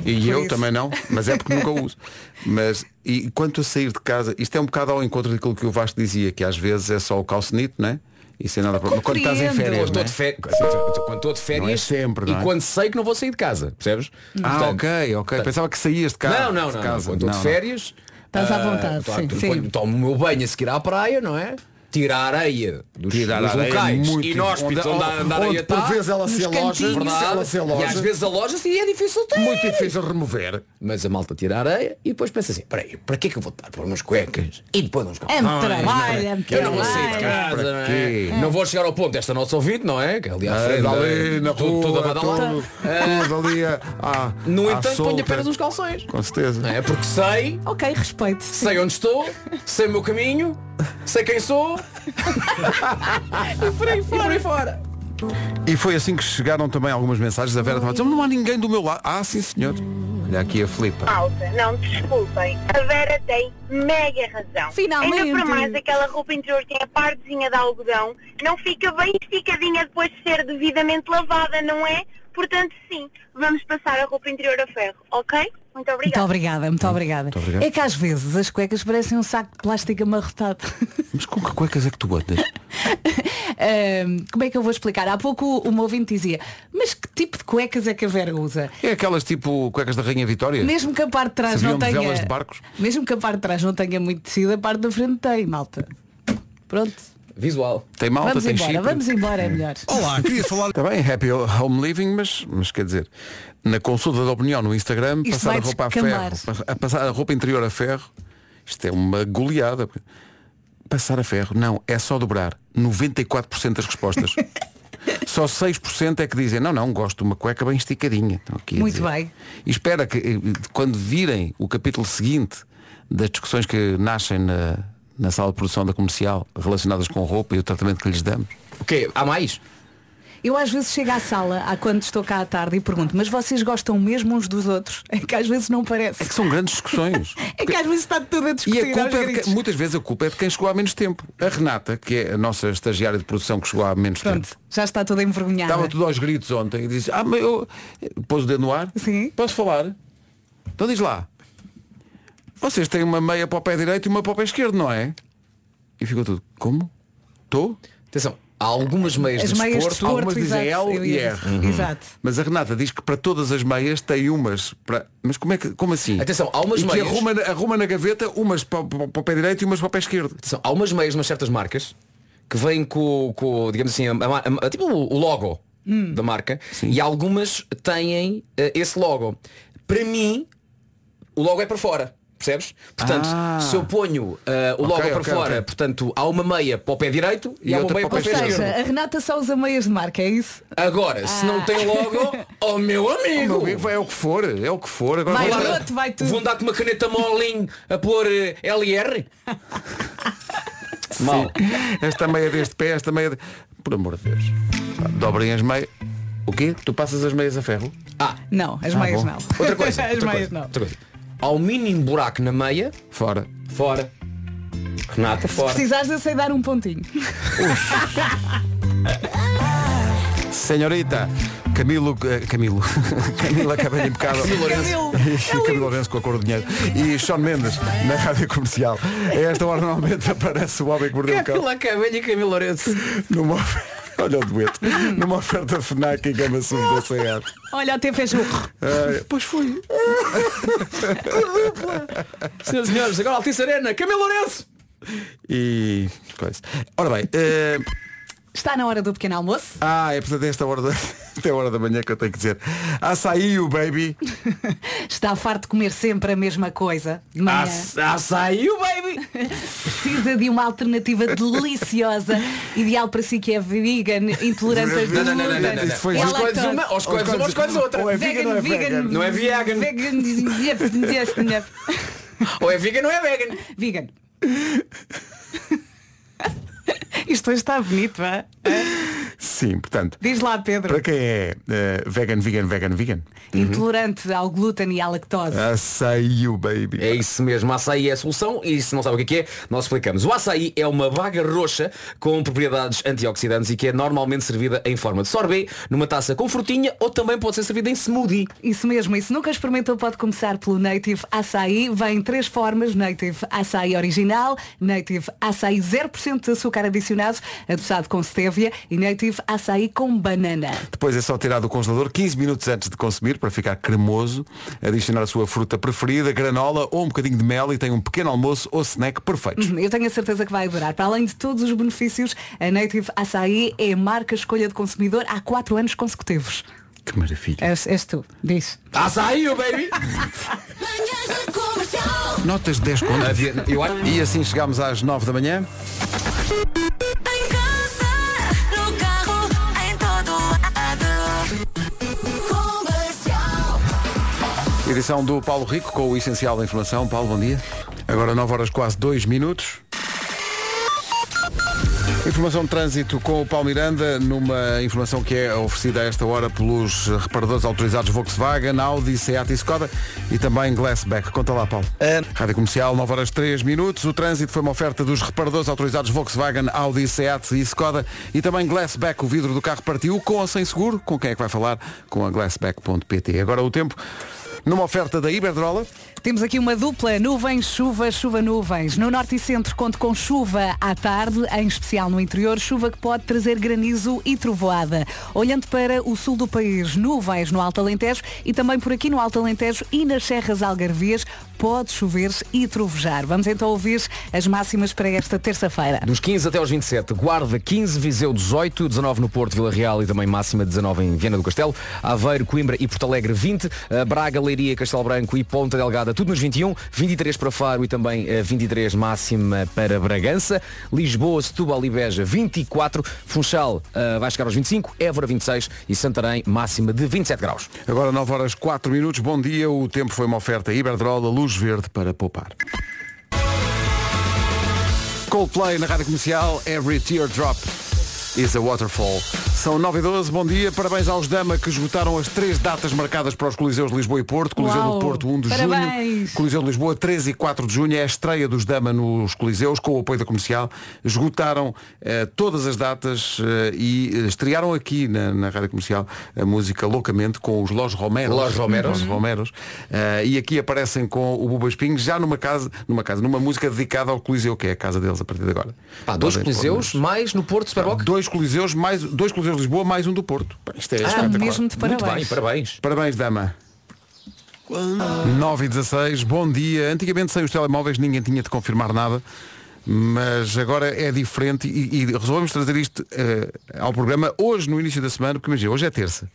E
Por
eu
isso.
também não, mas é porque nunca uso. Mas e quanto a sair de casa, isto é um bocado ao encontro daquilo que o Vasco dizia, que às vezes é só o calcenito, não é? E sem nada para quando estás em
compreendo.
férias.
Quando
Não
Então, estou
é?
de férias, quando estou de férias
Não é sempre, não é?
e quando sei que não vou sair de casa, percebes?
Ah,
Portanto,
ok, ok. Pensava que saías de casa.
Não, não,
de
não.
casa.
Quando estou de
Não,
férias.
Estás à
ah,
vontade,
tô-
sim,
quando
sim.
Tomo o meu banho a seguir à praia, não é? Tirar a areia dos,
Tirar
dos
a areia
locais
é muito
inóspitos
onde-
onde, a- onde a areia
onde por
está,
vezes ela se
nos
aloja,
cantinhos,
verdade, ela se aloja.
E às vezes aloja e é difícil ter.
não. Muito difícil remover.
Mas a malta tira a areia e depois pensa assim, peraí, para que é que eu vou estar? Por umas cuecas e depois uns
É
calções.
me trabalho, é me
Eu não vou sair de
trabalho.
casa, não
Para quê?
é? Não vou chegar ao ponto desta nossa ouvinte, não é? Que ali à frente,
ali
é,
na
tudo,
rua,
tudo abadalado.
tudo, tudo ali a, a,
No
à
entanto, ponho
solta.
apenas uns calções.
Com certeza.
Não é? Porque sei,
Ok, respeito.
sei onde estou, sei o meu caminho, sei quem sou. e por aí fora.
E foi assim que chegaram também algumas mensagens. A Vera estava a dizer, não há ninguém do meu lado. Ah, sim senhor. Olha aqui a Filipa.
Malta, não desculpem. A Vera tem mega razão.
Finalmente.
Ainda para mais aquela roupa interior tem a partezinha de algodão, não fica bem esticadinha depois de ser devidamente lavada, não é? Portanto, sim, vamos passar a roupa interior a ferro, ok? Muito
Muito
obrigada.
obrigada, muito obrigada.
obrigado.
É que às vezes as cuecas parecem um saco de plástico amarrotado.
Mas com que cuecas é que tu andas?
Ahm, como é que eu vou explicar? Há pouco o meu ouvinte dizia, mas que tipo de cuecas é que a Vera usa?
É aquelas tipo cuecas da Rainha Vitória?
Mesmo que a parte de trás
Serviam
não
de
tenha.
velas de barcos?
Mesmo que a parte de trás não tenha muito tecido, a parte da frente tem, malta. Pronto.
Visual.
Tem malta,
vamos
tem
embora,
chifre. Oh.
vamos embora, é melhor.
Olá, queria falar também Tá happy home living, mas, mas quer dizer, na consulta de opinião no Instagram,
Isto
passar a
vai
roupa a ferro,
descambar.
a passar a roupa interior a ferro, isto é uma goleada. Passar a ferro, não, é só dobrar. 94% das respostas. Só 6% é que dizem, não, não, gosto de uma cueca bem esticadinha. Estão aqui a
Muito
dizer.
bem.
E espera que eh, quando virem o capítulo seguinte das discussões que nascem na, na sala de produção da comercial relacionadas com roupa e o tratamento que lhes damos.
O quê? Há mais?
Eu às vezes chego à sala, há quando estou cá à tarde, e pergunto, mas vocês gostam mesmo uns dos outros? É que às vezes não parece.
É que são grandes discussões.
É que às vezes está tudo a
E
discutir.
a culpa
aos
é de
gritos.
quem- muitas vezes a culpa é de quem chegou há menos tempo. A Renata, que é a nossa estagiária de produção que chegou há menos
Pronto,
tempo,
já está toda envergonhada.
estava tudo aos gritos ontem e disse, ah, mas eu pôs o dedo no ar,
Sim.
posso falar? Então diz lá, vocês têm uma meia para o pé direito e uma para o pé esquerdo, não é? E ficou tudo, como? Estou?
Atenção. há Há algumas meias
As
de
meias de
desporto,
desporto,
Algumas dizem
exato,
L
eu
e
ia
R.
dizer. Uhum. Exato.
Mas a Renata diz que para todas as meias tem umas para. Mas como é que. Como assim?
Atenção, há umas
e que
meias-
arruma, arruma na gaveta umas para, para- para o pé direito e umas para o pé esquerdo.
Atenção, há umas meias de umas certas marcas que vêm com, com, digamos assim, a- a- a- tipo o logo da marca e algumas têm eh, esse logo. Para mim, o logo é para fora. Percebes? Portanto,
Ah.
se eu ponho eh, o logo
Ok,
para
ok,
fora,
ok.
portanto, há uma meia para o pé direito e,
E
há uma
outra
meia
para
para
o pé
o pé
Ou
esquerdo.
esquerdo.
seja, a Renata só usa meias de marca, é isso?
Agora, se não tem logo, oh
O
meu
meu
amigo!
amigo, é o que for, é o que for. Agora
Vai
vou-
lá. Garoto, vai tudo.
Vão dar-te uma caneta molinho a pôr eh, LR? Mal.
Esta meia deste pé, esta meia. de- Por amor de Deus. Pá, Dobrem as meias. O quê? Tu passas as meias a ferro?
Ah,
Não, as meias
bom.
não.
outra coisa.
as
outra
meias
coisa,
É, não.
outra coisa. Ao mínimo um buraco na meia,
Fora.
fora. Renata, fora.
Precisares eu sei dar um pontinho.
Senhorita, Camilo. eh, Camilo. Camila Cabelha Impecável.
Camilo.
E Camilo Lourenço com a cor do dinheiro. E Sean Mendes na rádio comercial. A esta hora normalmente aparece o homem que mordeu o cão.
Camila Cabelha e Camilo Lourenço.
Numa of- Olha o dueto. Numa oferta FNAC e Gama Sub da SEAT.
Olha, até fez um. o...
Ah, pois foi.
Senhoras e senhores, agora Altice Arena, Camilo Lourenço!
E. Coisa. Ora bem. eh,
Está na hora do pequeno almoço?
Ah, é portanto esta hora da, até a hora da manhã que eu tenho que dizer. Açaí, o baby.
Está farto de comer sempre a mesma coisa? De manhã?
Ah, Açaí, o baby!
Precisa de uma alternativa deliciosa, ideal para si que é vegan, intolerante a
Não, não, não, não, não, não.
Isso foi-
E à
Ou
escolhes
lactose.
uma, ou escolhes uma, ou escolhes outra.
Ou é vegan, ou é vegan.
Não é vegan.
Vegan.
Ou é vegan ou é vegan.
Vegan. Isto hoje está bonito, vá.
Sim, portanto.
Diz lá, Pedro.
Para quem é eh, vegan, vegan, vegan, vegan,
Uhum.
Intolerante ao glúten e à lactose.
açaí, o baby.
É isso mesmo, açaí é a solução e se não sabe o que é que é, nós explicamos. O açaí é uma baga roxa com propriedades antioxidantes e que é normalmente servida em forma de sorbet, numa taça com frutinha ou também pode ser servida em smoothie.
Isso mesmo, e se nunca experimentou pode começar pelo Native Açaí. Vem em três formas, Native Açaí original, Native Açaí 0% de açúcar adicionado, adoçado com stevia e Native Açaí com banana.
Depois é só tirar do congelador 15 minutos antes de consumir para ficar cremoso, adicionar a sua fruta preferida, granola ou um bocadinho de mel e tem um pequeno almoço ou snack
Uhum.
perfeito.
Eu tenho a certeza que vai adorar. Para além de todos os benefícios, a Native Açaí é a marca escolha de consumidor há quatro anos consecutivos.
Que maravilha.
És, és tu, diz.
Açaí, Ah, baby!
Manhãs da comercial.
Notas de 10 contas.
Havia- eu acho-
E assim chegamos às 9 da manhã.
Em casa, no carro, em todo lado. Comercial.
Edição do Paulo Rico com o Essencial da Informação. Paulo, bom dia. Agora 9 horas quase 2 minutos. Informação de trânsito com o Paulo Miranda, numa informação que é oferecida a esta hora pelos reparadores autorizados Volkswagen, Audi, Seat e Skoda e também Glassback. Conta lá, Paulo. Rádio Comercial, 9 horas 3 minutos. O trânsito foi uma oferta dos reparadores autorizados Volkswagen, Audi, Seat e Skoda e também Glassback. O vidro do carro partiu com ou sem seguro. Com quem é que vai falar? Com a glassback.pt. Agora o tempo numa oferta da Iberdrola.
Temos aqui uma dupla, nuvens, chuva, chuva, nuvens. No norte e centro conto com chuva à tarde, em especial no interior, chuva que pode trazer granizo e trovoada. Olhando para o sul do país, nuvens no Alto Alentejo e também por aqui no Alto Alentejo e nas Serras Algarvias pode chover e trovejar. Vamos então ouvir as máximas para esta terça-feira.
Dos 15 até aos 27, Guarda 15, Viseu 18, 19 no Porto, Vila Real e também máxima 19 em Viana do Castelo, Aveiro, Coimbra e Porto Alegre 20, eh, Braga, Leiria, Castelo Branco e Ponta Delgada, tudo nos 21, 23 para Faro e também eh, 23 máxima para Bragança, Lisboa, Setúbal e Beja 24, Funchal eh, vai chegar aos 25, Évora 26 e Santarém máxima de 27 graus.
Agora 9 horas 4 minutos. Bom dia. O tempo foi uma oferta Iberdrola, luz verde para poupar. Coldplay na rádio comercial. Every teardrop is a waterfall. São 9 e 12. Bom dia. Parabéns aos Dama que esgotaram as três datas marcadas para os Coliseus de Lisboa e Porto. Coliseu
Uau,
do Porto 1 de junho.
parabéns.
Coliseu de Lisboa 3 e 4 de junho. É a estreia dos Dama nos Coliseus com o apoio da comercial. Esgotaram eh, todas as datas eh, e eh, estrearam aqui na, na rádio comercial a música loucamente com os Los Romeros.
Los Romeros.
Los Romeros. Eh, e aqui aparecem com o Buba Espinho já numa casa, numa casa, numa música dedicada ao Coliseu, que é a casa deles a partir de agora.
Pá, dois
Podem-
Coliseus, mais no Porto, Superboc.
Dois dois coliseus, mais, dois coliseus de Lisboa, mais um do Porto. Pá, Isto é espetacular.
mesmo de
Muito bem,
parabéns.
parabéns.
Parabéns, dama. 9 e 16, bom dia. Antigamente sem os telemóveis ninguém tinha de confirmar nada, mas agora é diferente e, e resolvemos trazer isto eh, ao programa hoje no início da semana, porque imagina, hoje é terça.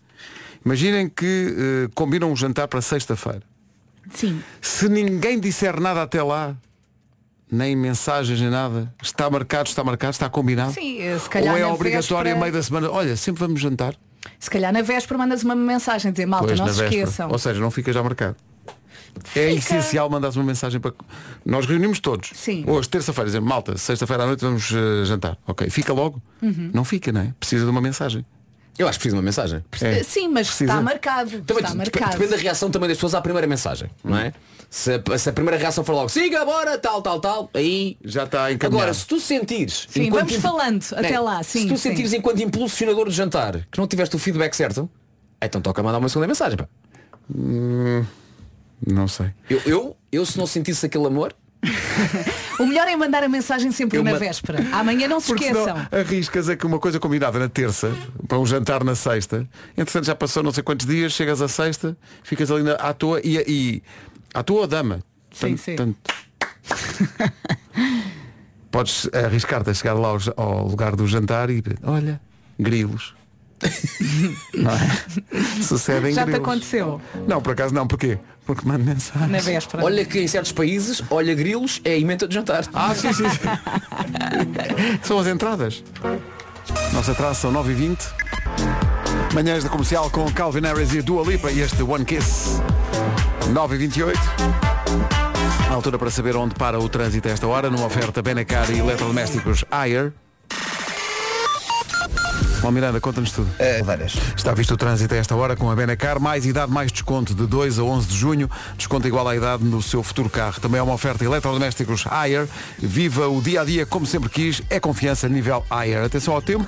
Imaginem que eh, combinam um jantar para sexta-feira.
Sim.
Se ninguém disser nada até lá, nem mensagens nem nada, está marcado, está marcado, está combinado.
Sim, eh, se calhar
Ou é
na
obrigatório a
véspera-
meio da semana, olha, sempre vamos jantar.
Se calhar na véspera mandas uma mensagem dizer malta,
Pois,
não
na
se
véspera.
esqueçam.
Ou seja, não fica já marcado. É essencial mandares uma mensagem para. Nós reunimos todos.
Sim.
Hoje, terça-feira, dizemos, malta, sexta-feira à noite vamos eh, jantar. Ok. Fica logo?
Uhum.
Não fica, não é? Precisa de uma mensagem.
Eu acho que precisa de uma mensagem.
É.
Sim, mas
Precisa.
está marcado.
Também
está
dep-
marcado.
depende da reação também das pessoas à primeira mensagem, não é? Se a, se a primeira reação for logo, siga agora, tal, tal, tal, aí é
já está encaminhado.
Agora, se tu sentires.
Sim, vamos falando até
Não é?
lá, sim,
Se tu
sim.
sentires enquanto impulsionador do jantar que não tiveste o feedback certo, então toca mandar uma segunda mensagem. pá.
Hum, não sei.
Eu, eu, eu, se não sentisse aquele amor,
O melhor é mandar a mensagem sempre
Eu
na
ma-
véspera. Amanhã não se
Porque
esqueçam.
senão arriscas é que uma coisa combinada na terça, para um jantar na sexta, entretanto já passou não sei quantos dias, chegas à sexta, ficas ali na, à toa e, e à toa ou dama.
Sim,
Tanto-
sim.
tanto- Podes arriscar-te a chegar lá ao, ja- ao lugar do jantar e olha, grilos. não é? Sucedem
Já te
grilos.
aconteceu
Não, por acaso não, porquê? Porque mando mensagem.
na véspera.
olha que em certos países, olha grilos, é a emenda de jantar.
Ah, sim, sim. sim. São as entradas. Nossa traça são 9h20. Manhãs da comercial com Calvin Harris e Dua Lipa e este One Kiss. 9h28. A altura para saber onde para o trânsito a esta hora, numa oferta Benacar e eletrodomésticos Ayer. Bom, Miranda, conta-nos tudo.
Uh,
Está visto o trânsito a esta hora com a Benacar. Mais idade, mais desconto de 2 a 11 de junho. Desconto igual à idade no seu futuro carro. Também é uma oferta eletrodomésticos Ayer. Viva o dia a dia como sempre quis. É confiança nível Ayer. Atenção ao tempo.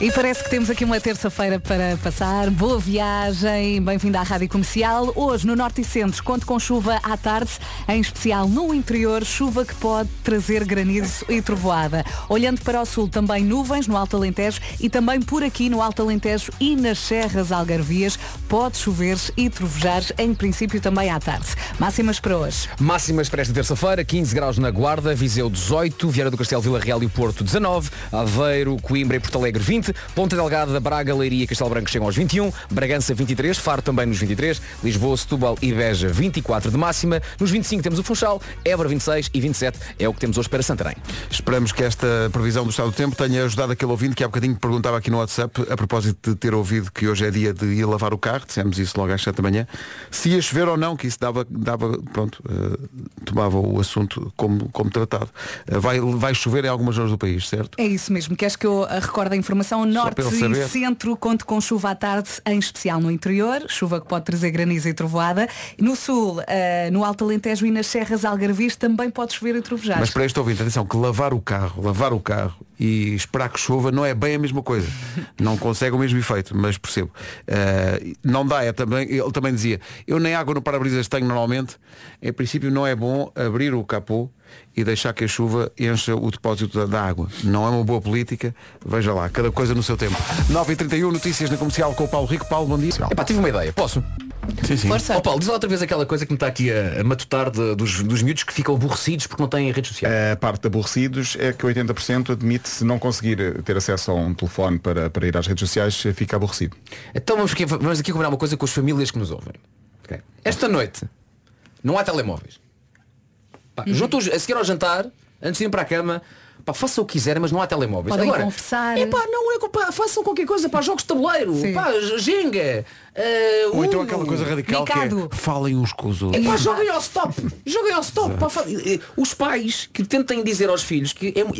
E parece que temos aqui uma terça-feira para passar. Boa viagem, bem-vindo à Rádio Comercial. Hoje, no Norte e Centro, conto com chuva à tarde, em especial no interior, chuva que pode trazer granizo e trovoada. Olhando para o sul, também nuvens no Alto Alentejo e também por aqui no Alto Alentejo e nas Serras Algarvias, pode chover e trovejar, em princípio também à tarde. Máximas para hoje.
Máximas para esta terça-feira, 15 graus na Guarda, Viseu 18, Vieira do Castelo, Vila Real e Porto 19, Aveiro, Coimbra e Porto Alegre 20, Ponta Delgada, Braga, Leiria e Castelo Branco chegam aos 21, Bragança 23, Faro também nos 23, Lisboa, Setúbal e Beja 24 de máxima, nos 25 temos o Funchal, Évora 26 e 27 é o que temos hoje para Santarém.
Esperamos que esta previsão do estado do tempo tenha ajudado aquele ouvinte que há bocadinho perguntava aqui no WhatsApp, a propósito de ter ouvido que hoje é dia de ir lavar o carro, dissemos isso logo às 7 da manhã, se ia chover ou não, que isso dava, dava pronto, eh, tomava o assunto como, como tratado. Eh, vai, vai chover em algumas zonas do país, certo?
É isso mesmo, queres que eu ah, recorde a informação? Norte
para eu
e
saber.
centro conto com chuva à tarde, em especial no interior, chuva que pode trazer granizo e trovoada. No sul, ah, no Alto Alentejo e nas Serras Algarvias também pode chover e trovejar.
Mas para este ouvinte, atenção, que lavar o carro, lavar o carro e esperar que chova não é bem a mesma coisa. Não consegue o mesmo efeito, mas percebo. Eh, não dá, é também, ele também dizia, eu nem água no para-brisas tenho normalmente, em princípio não é bom abrir o capô e deixar que a chuva encha o depósito da, da água. Não é uma boa política, veja lá, cada coisa no seu tempo. 9h31, notícias na comercial com o Paulo Rico. Paulo, bom dia.
Epá, tive uma ideia, posso?
Sim, sim.
Ó Paulo, diz lá outra vez aquela coisa que me está aqui a, a matutar de- dos, dos miúdos que ficam aborrecidos porque não têm redes sociais.
A parte de aborrecidos é que 80% admite se não conseguir ter acesso a um telefone para, para ir às redes sociais, fica aborrecido.
Então vamos aqui, vamos aqui combinar uma coisa com as famílias que nos ouvem. Ok? Esta noite não há telemóveis. Pá,
Uhum.
junto os- a seguir ao jantar, antes de ir para a cama, pá, façam o que quiserem, mas não há telemóveis.
Podem
Agora,
conversar.
Epá, não é culpa, façam qualquer coisa, para jogos de tabuleiro,
Sim.
pá, jenga.
Ou
uh,
então aquela coisa radical
Mikado.
que é, falem uns com os
É
outros.
pá, joguem ao stop, joguem ao stop. pá, fa- eh, os pais que tentem dizer aos filhos que é, mu-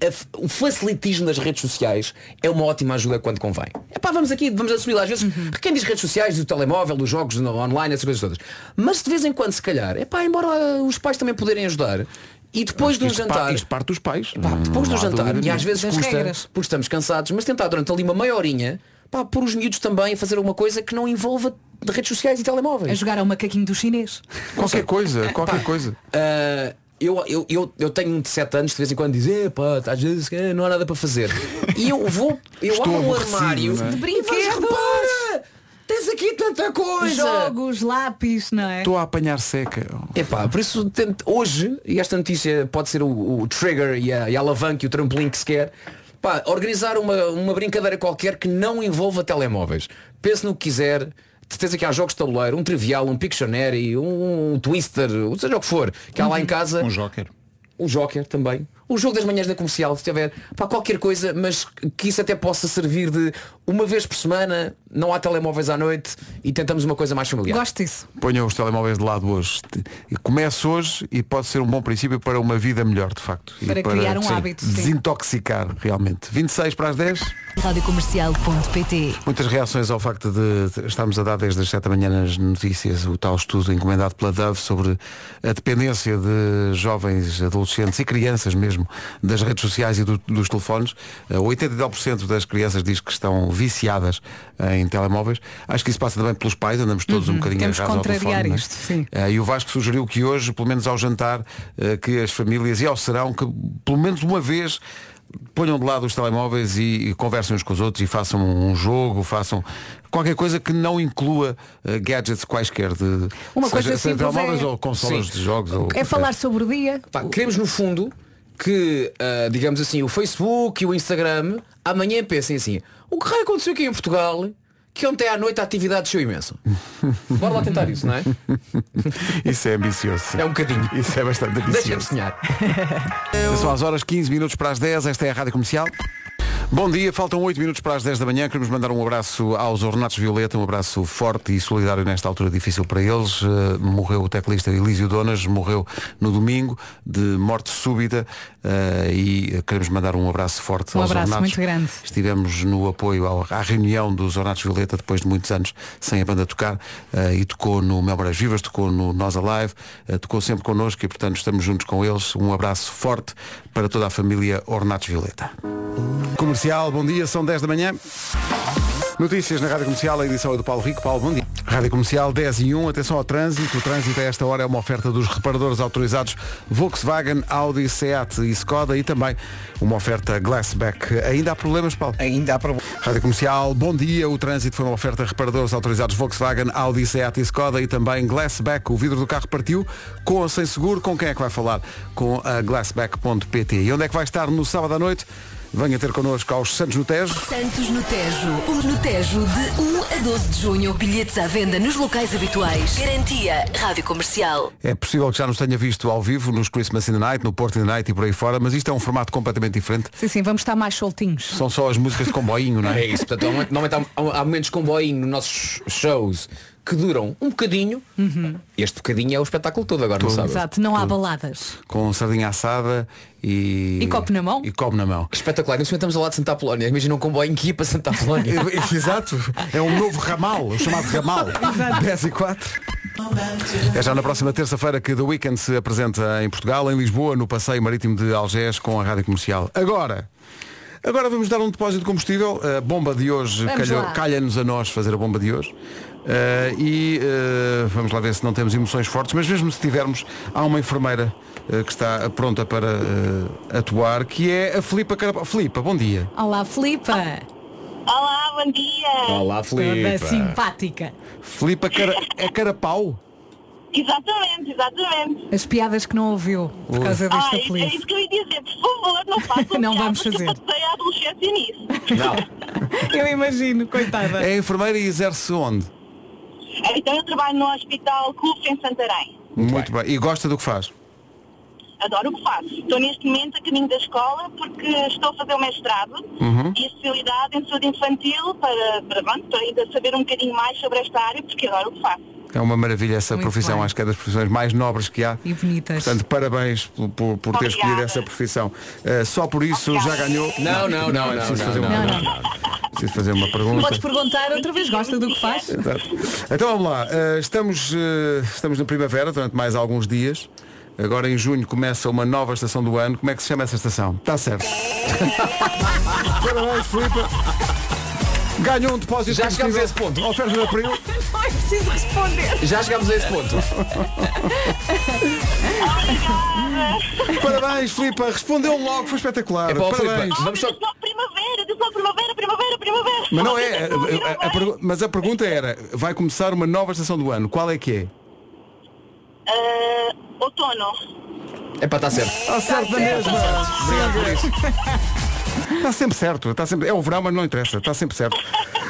a f- o facilitismo nas redes sociais é uma ótima ajuda quando convém. É pá, vamos aqui, vamos assumir lá, às vezes,
Uhum.
quem diz redes sociais, do telemóvel, dos jogos no- online, essas coisas todas. Mas de vez em quando, se calhar, é pá, embora ah, os pais também poderem ajudar. E depois de um
Isto, pa-
jantar,
isto parte dos pais.
pá, depois
Não
do
há
jantar,
dúvida
e às vezes
Das
custa,
regras.
porque estamos cansados, mas tentar durante ali uma meia horinha, pá, pôr os miúdos também a fazer alguma coisa que não envolva redes sociais e
A
telemóveis.
jogar ao macaquinho do chinês.
Qualquer coisa, qualquer coisa.
Ah, eu, eu, eu, eu tenho 7 anos, de vez em quando diz, epá, às vezes eh, não há nada para fazer. E eu vou, eu
Estou
abro um
aborrecido,
armário
não é?
e
De
vejo,
brinquedos!
"Rapaz, Tens aqui tanta coisa!
Jogos, lápis, não é?
a apanhar seca.
Epá, por isso tento- hoje, e esta notícia pode ser o, o trigger e a, e a alavanca e o trampolim que se quer, pá, organizar uma, uma brincadeira qualquer que não envolva telemóveis. Pense no que quiser, de certeza que há jogos de tabuleiro, um trivial, um Pictionary, um, twister, ou seja o que for, que há
Uhum.
lá em casa. Um
joker.
Um joker também. O jogo das manhãs da comercial, se tiver, pá, qualquer coisa, mas que isso até possa servir de uma vez por semana, não há telemóveis à noite e tentamos uma coisa mais familiar.
Gosto disso.
Ponham os telemóveis de lado hoje. Comece hoje e pode ser um bom princípio para uma vida melhor, de facto. E
Para criar um hábito, sim.
Desintoxicar, realmente. 26 para as 10.
Radiocomercial.pt
Muitas reações ao facto de estarmos a dar desde as 7 da manhã nas notícias o tal estudo encomendado pela Dove sobre a dependência de jovens, adolescentes e crianças mesmo das redes sociais e do- dos telefones. Eh, 89% das crianças diz que estão viciadas em telemóveis. Acho que isso passa também pelos pais, andamos todos um bocadinho
Uhum. Temos que
errados ao
contrariar
telefone. não é?
isto, sim.
Eh, e o Vasco sugeriu que hoje, pelo menos ao jantar, eh, que as famílias e ao serão, que pelo menos uma vez ponham de lado os telemóveis e, e conversem uns com os outros e façam um jogo, façam qualquer coisa que não inclua eh, gadgets quaisquer de
Uma
seja,
coisa
seja
simples
telemóveis
é-
ou consolas
Sim.
de jogos. Ou...
É falar sobre o dia.
Pá, queremos no fundo que, ah, digamos assim, o Facebook e o Instagram amanhã pensem assim, o que raio aconteceu aqui em Portugal que ontem à noite a atividade desceu imenso? Bora lá tentar isso, não é?
Isso é ambicioso. É
um bocadinho.
Isso é bastante ambicioso.
Deixa-me sonhar.
São às horas 15 minutos para as 10, esta é a Rádio Comercial. Bom dia, faltam 8 minutos para as 10 da manhã. Queremos mandar um abraço aos Ornatos Violeta, um abraço forte e solidário nesta altura difícil para eles. Eh, morreu o teclista Elísio Donas, morreu no domingo de morte súbita eh, e queremos mandar um abraço forte
Um
aos
abraço
Ornatos.
muito grande.
Estivemos no apoio ao- à reunião dos Ornatos Violeta depois de muitos anos sem a banda tocar eh, e tocou no Melboras Vivas, tocou no Nós Alive, eh, tocou sempre connosco e portanto estamos juntos com eles. Um abraço forte para toda a família Ornatos Violeta. Comercial, bom dia, são 10 da manhã. Notícias na Rádio Comercial, a edição é do Paulo Rico. Paulo, bom dia. Rádio Comercial 10 e 1, atenção ao trânsito. O trânsito a esta hora é uma oferta dos reparadores autorizados Volkswagen, Audi, Seat e Skoda e também uma oferta Glassback. Ainda há problemas, Paulo?
Ainda há problemas.
Rádio Comercial, bom dia. O trânsito foi uma oferta reparadores autorizados Volkswagen, Audi, Seat e Skoda e também Glassback. O vidro do carro partiu com ou sem seguro. Com quem é que vai falar? Com a glassback.pt. E onde é que vai estar no sábado à noite? Venha ter connosco aos Santos no Tejo.
Santos no Tejo. O No Tejo de 1 a 12 de junho. Bilhetes à venda nos locais habituais. Garantia Rádio Comercial.
É possível que já nos tenha visto ao vivo nos Christmas in the Night, no Porto in the Night e por aí fora, mas isto é um formato completamente diferente.
Sim, sim, vamos estar mais soltinhos.
São só as músicas de comboinho, não é?
É isso, portanto, normalmente- normalmente há, há momentos de comboio nos nossos shows que duram um bocadinho. Este bocadinho é o espetáculo todo agora, não sabe?
Exato, não há baladas.
Com sardinha assada e...
E copo na mão?
E copo na mão.
Espetacular, nós estamos ao lado de Santa Polónia. Imagina um comboio que ia para Santa Polónia.
Exato, é um novo ramal, o chamado ramal. 10 e 4. É já na próxima terça-feira que The Weekend se apresenta em Portugal, em Lisboa, no Passeio Marítimo de Algés, com a Rádio Comercial. Agora, agora vamos dar um depósito de combustível. A bomba de hoje
Vamos
calhou-
lá.
calha-nos a nós fazer a bomba de hoje. Eh, e eh, vamos lá ver se não temos emoções fortes, mas mesmo se tivermos, há uma enfermeira eh, que está pronta para eh, atuar, que é a Filipa Carapau. Filipa, bom dia.
Olá, Filipa.
Olá, bom dia.
Olá, Filipa.
Toda simpática.
Filipa Cara... é Carapau?
Exatamente, exatamente.
As piadas que não ouviu por
Ui.
causa
Ah,
deste
é
apelido.
isso que eu ia dizer. Por favor, não façam
Não
piadas,
vamos
que eu
fazer.
passei a adolescência nisso.
Eu imagino, coitada.
É enfermeira e exerce onde?
Então eu trabalho no Hospital CUF em Santarém.
Muito bem. E gosta do que faz?
Adoro o que faço. Estou neste momento a caminho da escola porque estou a fazer o mestrado
Uhum.
e a especialidade em saúde infantil para, para, pronto, para ainda saber um bocadinho mais sobre esta área porque adoro o que faço.
É uma maravilha essa
Muito
profissão,
bem.
acho que é das profissões mais nobres que há.
E bonitas.
Portanto, parabéns por, por- por ter escolhido essa profissão. Uh, só por isso já ganhou.
Não, não, não,
é
não,
preciso
não,
fazer uma
não,
pergunta. Preciso fazer uma
Podes
pergunta.
perguntar outra vez, gosta do que faz?
Exato. Então vamos lá. Uh, estamos, uh, estamos na primavera durante mais alguns dias. Agora em junho começa uma nova estação do ano. Como é que se chama essa estação? Está certo. Parabéns, Filipe. um Ganhou um depósito
Já
de combustível.
chegámos a esse ponto.
Oferta de abril.
mais preciso responder.
Já chegámos a esse ponto.
Parabéns, Filipa, respondeu logo, foi espetacular.
Epá, ó,
Parabéns.
Filipa, vamos só-
Primavera, diz lá primavera, primavera, primavera.
Mas não é. a- a- a pergu- mas a pergunta era, vai começar uma nova estação do ano. Qual é que é?
Ah, outono.
É para estar certo.
Está Tá certo na mesma. Obrigado por isso. Está sempre certo, está sempre. É o verão, mas não interessa, está sempre certo.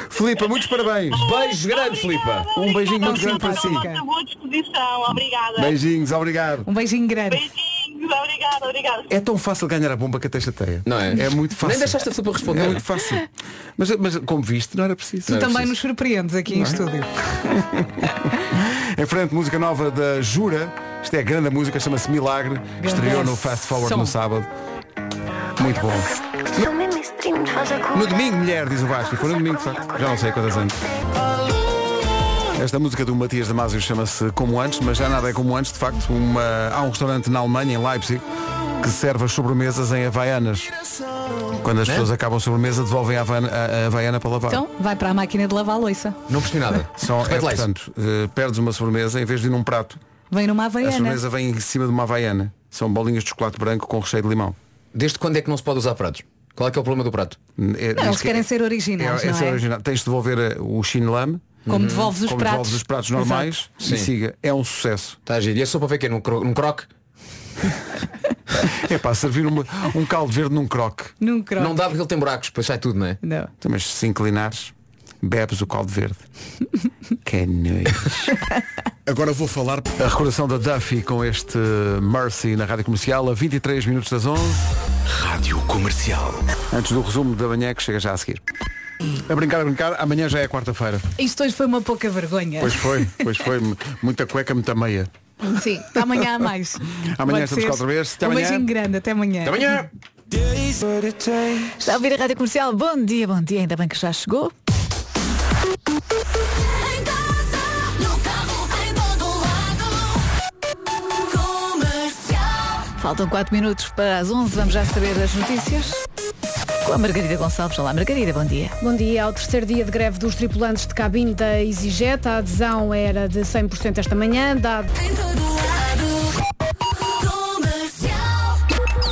Filipa, muitos parabéns.
Beijo grande, Filipa.
Um beijinho muito assim. grande para si.
Uma boa disposição, obrigada.
Beijinhos, obrigado.
Um beijinho grande.
Beijinhos, obrigada, obrigada.
É tão fácil ganhar a bomba que até chateia. Não é? É muito fácil.
Nem deixaste a Filipa responder.
É muito fácil. Mas, mas como viste, não era preciso.
Tu também nos surpreendes aqui em
Não é?
estúdio.
Em frente, música nova da Jura. Isto é grande música, chama-se Milagre. Estreou no Fast Forward
som.
no sábado. Muito bom. No domingo, mulher, diz o Vasco. Foi no domingo, de facto. Já não sei quantas anos. Esta música do Matias Damasio chama-se Como Antes, mas já nada é como antes, de facto. Uma- Há um restaurante na Alemanha, em Leipzig, que serve as sobremesas em Havaianas. Quando as
Né?
pessoas acabam a sobremesa, devolvem a Havaiana, a- a Havaiana para lavar.
Então, vai para a máquina de lavar a louça.
Não percebi nada. Só, é,
Repete lá isso.
portanto, eh, perdes uma sobremesa, em vez de ir num prato,
Vem numa
a
havaiana.
sobremesa vem em cima de uma havaiana. São bolinhas de chocolate branco com recheio de limão.
Desde quando é que não se pode usar pratos? Qual é que é o problema do prato?
Não, eles querem ser originais,
É,
não
esse é
é?
original. Tens de devolver eh, o chinelame.
Como devolves os
como
pratos.
devolves os pratos normais
Exato.
e
Sim.
siga. É um sucesso.
Está Tá giro. E é a sopa foi quê? Num, cro num croque?
é para servir uma- um caldo verde num croque.
Num croque.
Não dá porque ele tem buracos, depois sai tudo, não é?
Não.
Então, mas se inclinares, bebes o caldo verde. que noite. Agora vou falar a recordação da Duffy com este Mercy na Rádio Comercial a 23 minutos das 11. Rádio Comercial. Antes do resumo da manhã que chega já a seguir. A brincar, a brincar, amanhã já é quarta-feira.
Isto hoje foi uma pouca vergonha.
Pois foi, pois foi. Muita cueca, muita meia.
Sim, amanhã há mais.
Amanhã
Pode
estamos
ser.
cá outra vez. Até
um
amanhã.
beijinho grande, até amanhã.
Até amanhã.
Está a ouvir a Rádio Comercial? Bom dia, bom dia, ainda bem que já chegou. Faltam 4 minutos para as 11, vamos já saber as notícias. Com a Margarida Gonçalves. Olá, Margarida, bom dia.
Bom dia. Ao terceiro dia de greve dos tripulantes de cabine da EasyJet, a adesão era de 100% esta manhã. Dado...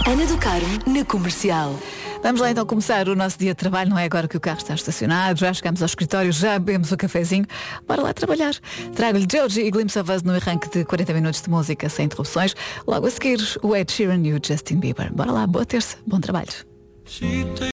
Ana do Carmo na comercial.
Vamos lá então começar o nosso dia de trabalho. Não é agora que o carro está estacionado, já chegamos ao escritório, já bebemos o cafezinho. Bora lá trabalhar. Trago-lhe Georgie e Glimpse of Us no arranque de 40 minutos de música sem interrupções. Logo a seguir, o Ed Sheeran e o Justin Bieber. Bora lá, boa terça, bom trabalho.